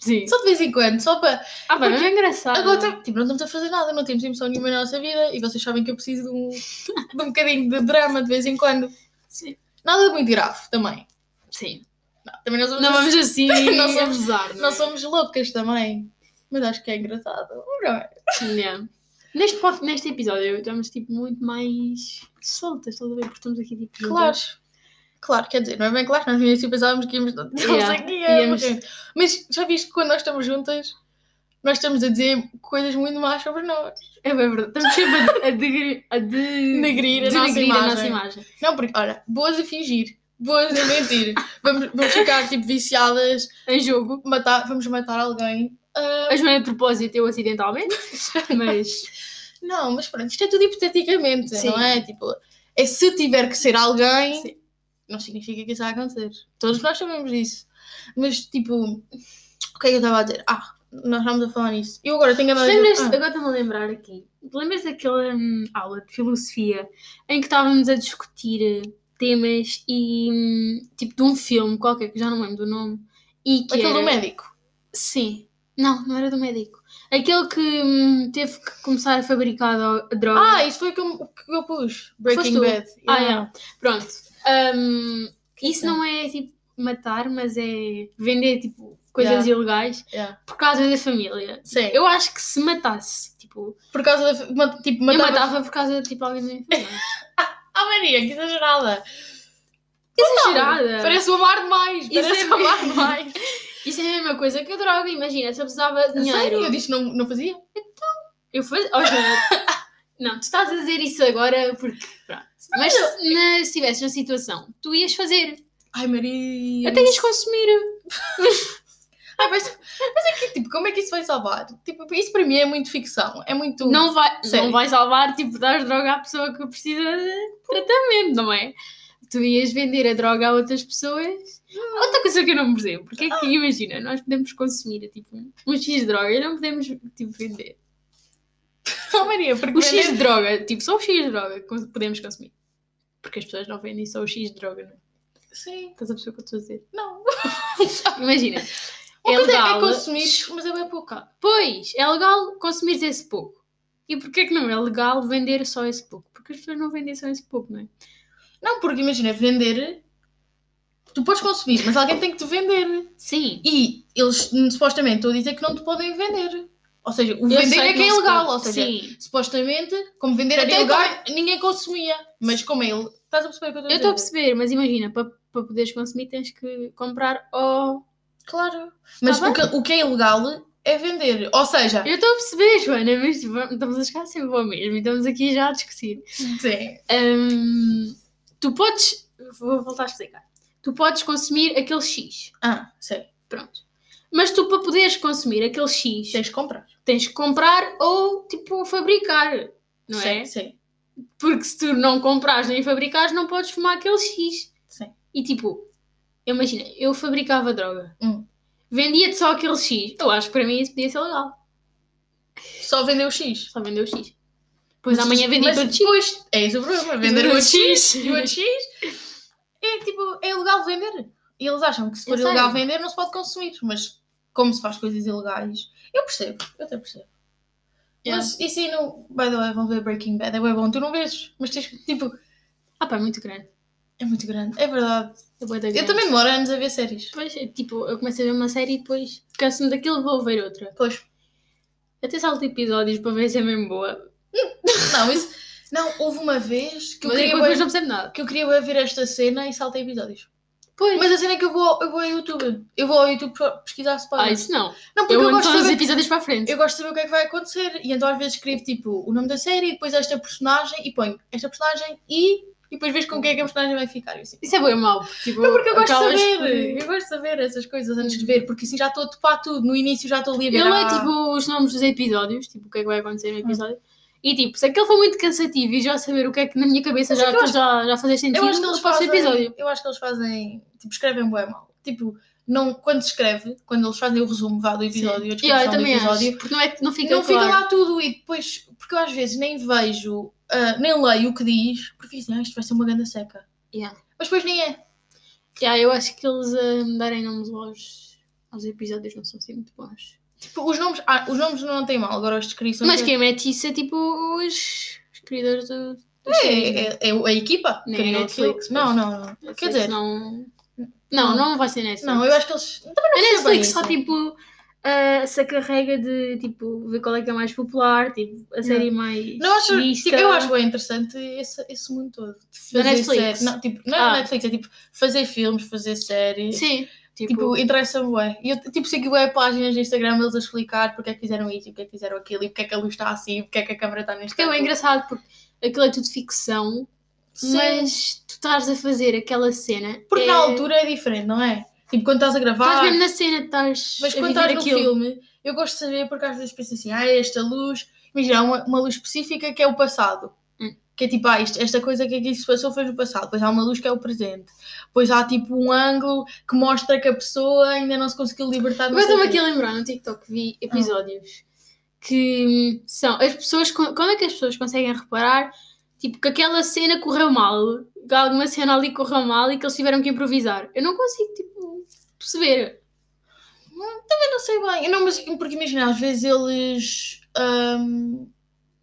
Speaker 2: Sim.
Speaker 1: Só de vez em quando, só para.
Speaker 2: Ah, bem, mas
Speaker 1: Porque
Speaker 2: é engraçado.
Speaker 1: Agora tam- tipo, não estamos a fazer nada, não temos emoção nenhuma na nossa vida e vocês sabem que eu preciso de um, de um bocadinho de drama de vez em quando.
Speaker 2: Sim.
Speaker 1: Nada de muito grave também.
Speaker 2: Sim.
Speaker 1: Não, também não somos,
Speaker 2: Não vamos assim,
Speaker 1: Não
Speaker 2: não
Speaker 1: somos-
Speaker 2: somos usar.
Speaker 1: não somos loucas também. Mas acho que é engraçado. Não é?
Speaker 2: Yeah. Neste, pod- neste episódio estamos tipo muito mais soltas, estás a ver? Porque estamos aqui tipo. juntas.
Speaker 1: Claro. Claro, quer dizer, não é bem claro, nós no início pensávamos que íamos. Não sei
Speaker 2: Yeah,
Speaker 1: que é,
Speaker 2: íamos-
Speaker 1: mas- Mas já viste que quando nós estamos juntas, nós estamos a dizer coisas muito más sobre nós.
Speaker 2: É bem verdade. Estamos sempre a, a degri- a de-
Speaker 1: Denegrir a nossa
Speaker 2: denegrir
Speaker 1: imagem.
Speaker 2: imagem.
Speaker 1: Não, porque, olha, boas a fingir, boas a mentir. vamos, vamos ficar tipo viciadas,
Speaker 2: Em jogo.
Speaker 1: matar, vamos matar alguém. Ah,
Speaker 2: A Joana de propósito, eu acidentalmente. Mas.
Speaker 1: não, mas pronto, isto é tudo hipoteticamente,
Speaker 2: Sim.
Speaker 1: não é? Tipo, é se tiver que ser alguém,
Speaker 2: Sim.
Speaker 1: não significa que isso vai acontecer. Todos nós sabemos disso. Mas tipo, o que é que eu estava a dizer? Ah, nós estávamos a falar nisso. Eu agora tenho a
Speaker 2: Lembras,
Speaker 1: Ah.
Speaker 2: agora estou-me a lembrar aqui. Lembras daquela hum, aula de filosofia em que estávamos a discutir eh, temas e hum, tipo de um filme qualquer que já não lembro do nome. E que
Speaker 1: Ah, Aquele
Speaker 2: era...
Speaker 1: do médico.
Speaker 2: Sim. Não, não era do médico. Aquele que hum, teve que começar a fabricar do- a droga.
Speaker 1: Ah, isso foi o que eu, que eu pus.
Speaker 2: Foste
Speaker 1: Breaking
Speaker 2: tu.
Speaker 1: Bad.
Speaker 2: Ah,
Speaker 1: Yeah.
Speaker 2: é. Pronto. Hum, isso não é tipo matar, mas é vender tipo coisas
Speaker 1: Yeah.
Speaker 2: ilegais
Speaker 1: Yeah.
Speaker 2: por causa da família.
Speaker 1: Sim.
Speaker 2: Eu acho que se matasse, tipo,
Speaker 1: Por causa da. ma- Tipo,
Speaker 2: eu
Speaker 1: matava.
Speaker 2: matava por causa de tipo alguém da minha família.
Speaker 1: Ah, Maria, que exagerada.
Speaker 2: Exagerada.
Speaker 1: Parece o amar demais.
Speaker 2: é Isso
Speaker 1: Parece
Speaker 2: é
Speaker 1: o amar
Speaker 2: mesmo.
Speaker 1: demais.
Speaker 2: Isso é a mesma coisa que a droga, imagina, se eu precisava de dinheiro.
Speaker 1: Sério? Eu disse que não, não fazia?
Speaker 2: Eu fazia. Oh, Joana, não, tu estás a dizer isso agora porque. Pronto. Mas se, na- se estivesse na situação, tu ias fazer.
Speaker 1: Ai, Maria.
Speaker 2: Até ias consumir.
Speaker 1: Ai, Ah, mas, mas é que, tipo, como é que isso vai salvar? Tipo, isso para mim é muito ficção. É muito.
Speaker 2: Não vai, não
Speaker 1: Sério.
Speaker 2: vai salvar, tipo, dar droga à pessoa que precisa de tratamento, não é? Tu ias vender a droga a outras pessoas. Outra coisa que eu não percebo, porque é que,
Speaker 1: Ah.
Speaker 2: imagina, nós podemos consumir, tipo, um X de droga e não podemos, tipo, vender.
Speaker 1: Oh, Maria, porque.
Speaker 2: O X
Speaker 1: vender-
Speaker 2: de droga, tipo, só o X de droga que podemos consumir. Porque as pessoas não vendem só o X de droga, não é?
Speaker 1: Sim.
Speaker 2: Estás a perceber o que eu estou a dizer?
Speaker 1: Não.
Speaker 2: Imagina.
Speaker 1: Ah. Uma
Speaker 2: é
Speaker 1: coisa é que
Speaker 2: legal.
Speaker 1: é consumir, mas é bem pouco.
Speaker 2: Pois, é legal consumir esse pouco. E porquê que não é legal vender só esse pouco? Porque as pessoas não vendem só esse pouco, não é?
Speaker 1: Não, porque imagina, vender. Tu podes consumir, mas alguém tem que te vender.
Speaker 2: Sim.
Speaker 1: E eles hum, supostamente estão a dizer que não te podem vender. Ou seja, o
Speaker 2: Eu
Speaker 1: vender
Speaker 2: sei
Speaker 1: é que é
Speaker 2: não se
Speaker 1: ilegal.
Speaker 2: pode.
Speaker 1: Ou seja,
Speaker 2: Sim.
Speaker 1: supostamente, como vender
Speaker 2: Até
Speaker 1: era ilegal,
Speaker 2: agora-
Speaker 1: ninguém consumia. Mas como ele. Estás a perceber o que eu
Speaker 2: Eu estou
Speaker 1: estou
Speaker 2: a perceber, mas imagina, para para poderes consumir tens que comprar ou...
Speaker 1: Claro. Mas
Speaker 2: Tá bem.
Speaker 1: o, que, o que é ilegal é vender. Ou seja,
Speaker 2: Eu estou a perceber, Joana, mas vamos- estamos a chegar sempre ao mesmo e estamos aqui já a discutir.
Speaker 1: sim.
Speaker 2: Hum, tu podes... Vou voltar a explicar. Tu podes consumir aquele X.
Speaker 1: Ah, sei.
Speaker 2: Pronto. Mas tu, para poderes consumir aquele X,
Speaker 1: Tens de comprar.
Speaker 2: tens que comprar ou, tipo, fabricar, não
Speaker 1: sim,
Speaker 2: é?
Speaker 1: Sim.
Speaker 2: Porque se tu não comprares nem fabricares, não podes fumar aquele X.
Speaker 1: Sim.
Speaker 2: E, tipo, imagina, eu fabricava droga.
Speaker 1: Hum.
Speaker 2: Vendia-te só aquele X. Eu acho que para mim isso podia ser legal.
Speaker 1: Só vender o X.
Speaker 2: Só vender o X. Pois
Speaker 1: Mas-
Speaker 2: amanhã vendi
Speaker 1: mas
Speaker 2: todo o X.
Speaker 1: Depois, é isso o problema. Vender
Speaker 2: Vender
Speaker 1: o
Speaker 2: o
Speaker 1: X
Speaker 2: X.
Speaker 1: e o X. É tipo, é ilegal vender. E eles acham que se for
Speaker 2: Eu sei.
Speaker 1: ilegal vender não se pode consumir. Mas como se faz coisas ilegais. Eu percebo, eu até percebo.
Speaker 2: Yeah.
Speaker 1: Mas isso aí não. By the way, vão ver Breaking Bad. É bué bom, tu não vês. Mas tens que, tipo,
Speaker 2: Ah pá, é muito grande.
Speaker 1: é muito grande. É verdade.
Speaker 2: É bué da
Speaker 1: Eu
Speaker 2: grande.
Speaker 1: também demoro anos a ver séries.
Speaker 2: Depois, é, tipo, eu começo a ver uma série e depois canso-me daquilo vou ver outra.
Speaker 1: Pois.
Speaker 2: Até salto episódios para ver se é mesmo boa.
Speaker 1: Não, isso. Não, houve uma vez que é eu
Speaker 2: Mas
Speaker 1: queria.
Speaker 2: depois
Speaker 1: bué-
Speaker 2: não percebo nada.
Speaker 1: Que eu queria bué ver esta cena e saltei episódios.
Speaker 2: Pois.
Speaker 1: Mas a cena é que eu vou, ao- eu vou ao YouTube. Eu vou ao YouTube pro- pesquisar
Speaker 2: Ah,
Speaker 1: spoilers.
Speaker 2: isso não.
Speaker 1: não, porque
Speaker 2: Eu
Speaker 1: eu,
Speaker 2: ando
Speaker 1: gosto
Speaker 2: só
Speaker 1: de
Speaker 2: os
Speaker 1: saber,
Speaker 2: episódios para a frente.
Speaker 1: eu gosto de saber o que é que vai acontecer. E então às vezes escrevo tipo o nome da série, depois esta personagem, e ponho esta personagem e, e depois vejo com quem é que a personagem vai ficar. e assim.
Speaker 2: Isso é bem mau. Tipo,
Speaker 1: Não, porque eu gosto de
Speaker 2: acabas
Speaker 1: saber.
Speaker 2: por-
Speaker 1: Eu gosto de saber essas coisas antes de ver, porque assim já estou a topar tudo. No início já estou ali a ver.
Speaker 2: Eu leio
Speaker 1: ah,
Speaker 2: tipo, os nomes dos episódios, tipo, o que é que vai acontecer no episódio. E tipo, se aquele foi muito cansativo e já saber o que é que na minha cabeça
Speaker 1: Mas é
Speaker 2: já,
Speaker 1: que eu acho-
Speaker 2: já, já fazia sentido,
Speaker 1: eu acho que eles
Speaker 2: eu faço o
Speaker 1: fazem.
Speaker 2: episódio.
Speaker 1: Eu acho que eles fazem. Tipo, escrevem bem mal. Tipo, não, quando se escreve, quando eles fazem o resumo vá, do episódio, a descrição
Speaker 2: Yeah, eu
Speaker 1: do
Speaker 2: também
Speaker 1: episódio,
Speaker 2: acho, porque não, é, não fica
Speaker 1: não fica
Speaker 2: claro.
Speaker 1: lá tudo e depois, porque eu às vezes nem vejo, ah, nem leio o que diz, porque dizem, ah, isto vai ser uma ganda seca.
Speaker 2: Yeah.
Speaker 1: Mas depois nem é.
Speaker 2: Yeah, eu acho que eles hum, darem nomes aos, aos episódios não são assim muito bons.
Speaker 1: Tipo, os nomes, ah, os nomes não têm mal, agora as descrições.
Speaker 2: Mas
Speaker 1: é-
Speaker 2: quem mete isso é tipo os, os criadores do. das séries, né?
Speaker 1: é, é, é a equipa,
Speaker 2: Nem
Speaker 1: que
Speaker 2: é
Speaker 1: é Netflix.
Speaker 2: Netflix,
Speaker 1: Não, não, não.
Speaker 2: Netflix
Speaker 1: Quer dizer,
Speaker 2: Não, não, não vai ser Netflix.
Speaker 1: não, eu acho que eles. Também
Speaker 2: A
Speaker 1: não percebo bem
Speaker 2: Netflix é só
Speaker 1: isso.
Speaker 2: tipo ah, se carrega de tipo ver qual é que é mais popular, tipo, a série mais.
Speaker 1: Não acho,
Speaker 2: vista.
Speaker 1: tipo, eu acho bem interessante esse, esse mundo todo. De
Speaker 2: Da
Speaker 1: fazer
Speaker 2: Netflix?
Speaker 1: série- Não, tipo, não é
Speaker 2: Ah.
Speaker 1: na Netflix, é tipo fazer filmes, fazer séries.
Speaker 2: Sim, tipo,
Speaker 1: Tipo, interessa-me bué. E Eu tipo, segui bué páginas no Instagram eles a explicar porque é que fizeram isso e porque é que fizeram aquilo e porque é que a luz está assim e porque é que a câmera está neste
Speaker 2: porque é bem
Speaker 1: ângulo.
Speaker 2: engraçado porque aquilo é tudo ficção,
Speaker 1: Sim.
Speaker 2: mas tu estás a fazer aquela cena.
Speaker 1: Porque
Speaker 2: é-
Speaker 1: na altura é diferente, não é? Tipo, quando estás a gravar...
Speaker 2: Estás mesmo na cena, estás.
Speaker 1: Mas
Speaker 2: a
Speaker 1: quando
Speaker 2: viver
Speaker 1: estás no
Speaker 2: aquilo.
Speaker 1: filme, eu gosto de saber porque às vezes penso assim, ah, esta luz, imagina, há uma, uma luz específica que é o passado.
Speaker 2: Hum.
Speaker 1: Que é tipo, ah, isto- esta coisa que aqui se passou foi no passado. Depois há uma luz que é o presente. Depois há tipo um ângulo que mostra que a pessoa ainda não se conseguiu libertar. não
Speaker 2: Agora
Speaker 1: sei
Speaker 2: estou-me
Speaker 1: o
Speaker 2: aqui
Speaker 1: quê.
Speaker 2: a lembrar no TikTok vi episódios que hum, são as pessoas. con- Como é que as pessoas conseguem reparar? Tipo, que aquela cena correu mal, que alguma cena ali correu mal e que eles tiveram que improvisar. Eu não consigo, tipo, perceber.
Speaker 1: Eu não sei bem. Não, mas porque imagina, às vezes eles... ahm,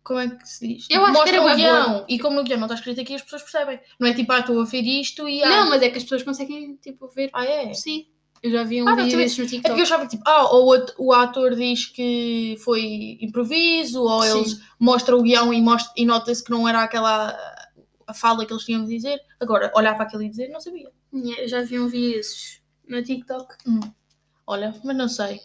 Speaker 1: como é que se diz?
Speaker 2: Eu acho que
Speaker 1: Mostram
Speaker 2: era
Speaker 1: o
Speaker 2: bué boa.
Speaker 1: guião. E como no guião não está escrito aqui, as pessoas percebem. Não é tipo, ah, estou a ver isto e ah...
Speaker 2: Não, mas é que as pessoas conseguem, tipo, ver.
Speaker 1: Ah, é?
Speaker 2: Sim. Eu já vi um
Speaker 1: Ah, não,
Speaker 2: vídeo
Speaker 1: também-
Speaker 2: desses no
Speaker 1: É porque eu
Speaker 2: TikTok.
Speaker 1: achava que tipo, ah, ou o at- o ator diz que foi improviso, ou
Speaker 2: Sim.
Speaker 1: eles mostram o guião e, mostra- e nota-se que não era aquela a fala que eles tinham de dizer. Agora, olhar para aquilo e dizer, não sabia.
Speaker 2: Nhé, Eu já vi um vídeo desses no TikTok.
Speaker 1: Olha, mas não sei.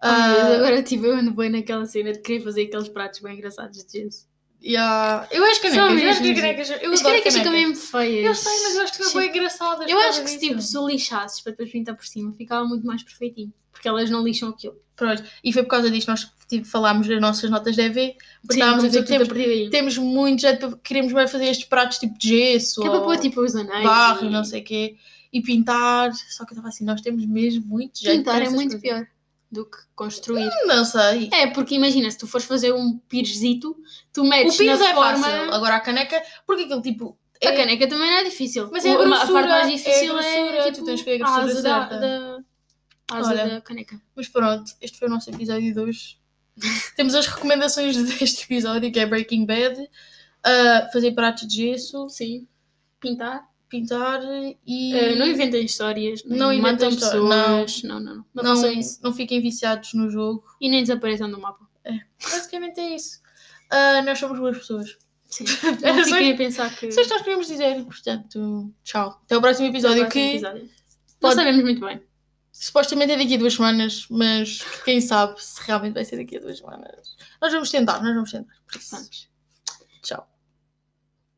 Speaker 2: Ah,
Speaker 1: Ah,
Speaker 2: mas agora, tipo, eu ando bem naquela cena de querer fazer aqueles pratos bem engraçados de Jesus. é
Speaker 1: e há- Eu acho que
Speaker 2: São
Speaker 1: canecas, eu acho que é
Speaker 2: mesmo.
Speaker 1: canecas. Eu
Speaker 2: As
Speaker 1: adoro
Speaker 2: canecas ficam
Speaker 1: canecas.
Speaker 2: mesmo feias.
Speaker 1: Eu sei, mas eu acho que
Speaker 2: Sim.
Speaker 1: são bem engraçadas.
Speaker 2: Eu
Speaker 1: por
Speaker 2: acho que
Speaker 1: causa
Speaker 2: se tipo,
Speaker 1: disso.
Speaker 2: se lixasses para depois pintar por cima, ficava muito mais perfeitinho. Porque elas não lixam aquilo.
Speaker 1: Pronto, e foi por causa disto nós tipo, falámos das nossas notas de EV, porque
Speaker 2: Sim,
Speaker 1: estávamos a dizer
Speaker 2: estamos
Speaker 1: que temos,
Speaker 2: tudo a perder aí.
Speaker 1: temos muito jeito, para- queremos bem fazer estes pratos tipo de gesso.
Speaker 2: Que é para
Speaker 1: ou-
Speaker 2: pôr tipo os anéis.
Speaker 1: barro
Speaker 2: e-
Speaker 1: e não sei o quê, e pintar. Só que eu estava assim, nós temos mesmo muito jeito. para
Speaker 2: Pintar é
Speaker 1: essas
Speaker 2: muito
Speaker 1: coisas.
Speaker 2: pior do que construir.
Speaker 1: Não sei.
Speaker 2: É, porque imagina, se tu fores fazer um pirzito, tu metes
Speaker 1: O piso
Speaker 2: na
Speaker 1: é
Speaker 2: forma...
Speaker 1: fácil. Agora a caneca, porque aquilo tipo. É,
Speaker 2: A caneca também não é difícil.
Speaker 1: Mas é a
Speaker 2: O- ma-
Speaker 1: grossura,
Speaker 2: parte mais
Speaker 1: é a
Speaker 2: difícil é,
Speaker 1: grossura, tu
Speaker 2: tipo,
Speaker 1: tens que ver a
Speaker 2: a
Speaker 1: grossura
Speaker 2: asa, da,
Speaker 1: certa.
Speaker 2: da, a asa
Speaker 1: Olha.
Speaker 2: da caneca.
Speaker 1: Mas pronto, este foi o nosso episódio de hoje. temos as recomendações deste episódio, que é Breaking Bad, ah, fazer pratos de gesso,
Speaker 2: Sim. Pintar.
Speaker 1: pintar e.
Speaker 2: Eh, não inventem histórias. nem
Speaker 1: Não inventem
Speaker 2: matam
Speaker 1: histó-
Speaker 2: pessoas. Não, não, não. Não,
Speaker 1: não, é
Speaker 2: façam isso.
Speaker 1: não fiquem viciados no jogo.
Speaker 2: E nem desapareçam do mapa.
Speaker 1: Basicamente é isso. Ah, nós somos boas pessoas.
Speaker 2: Sim.
Speaker 1: Era
Speaker 2: Não
Speaker 1: só-
Speaker 2: fiquem a pensar que.
Speaker 1: Isso é o que nós queríamos dizer. Portanto, tchau. Até o próximo episódio
Speaker 2: Próximo
Speaker 1: que.
Speaker 2: um episódio. Não
Speaker 1: Pode-
Speaker 2: sabemos muito bem.
Speaker 1: Supostamente é daqui a duas semanas, mas quem sabe se realmente vai ser daqui a duas semanas. Nós vamos tentar, nós vamos tentar. Por isso,
Speaker 2: Vamos.
Speaker 1: tchau.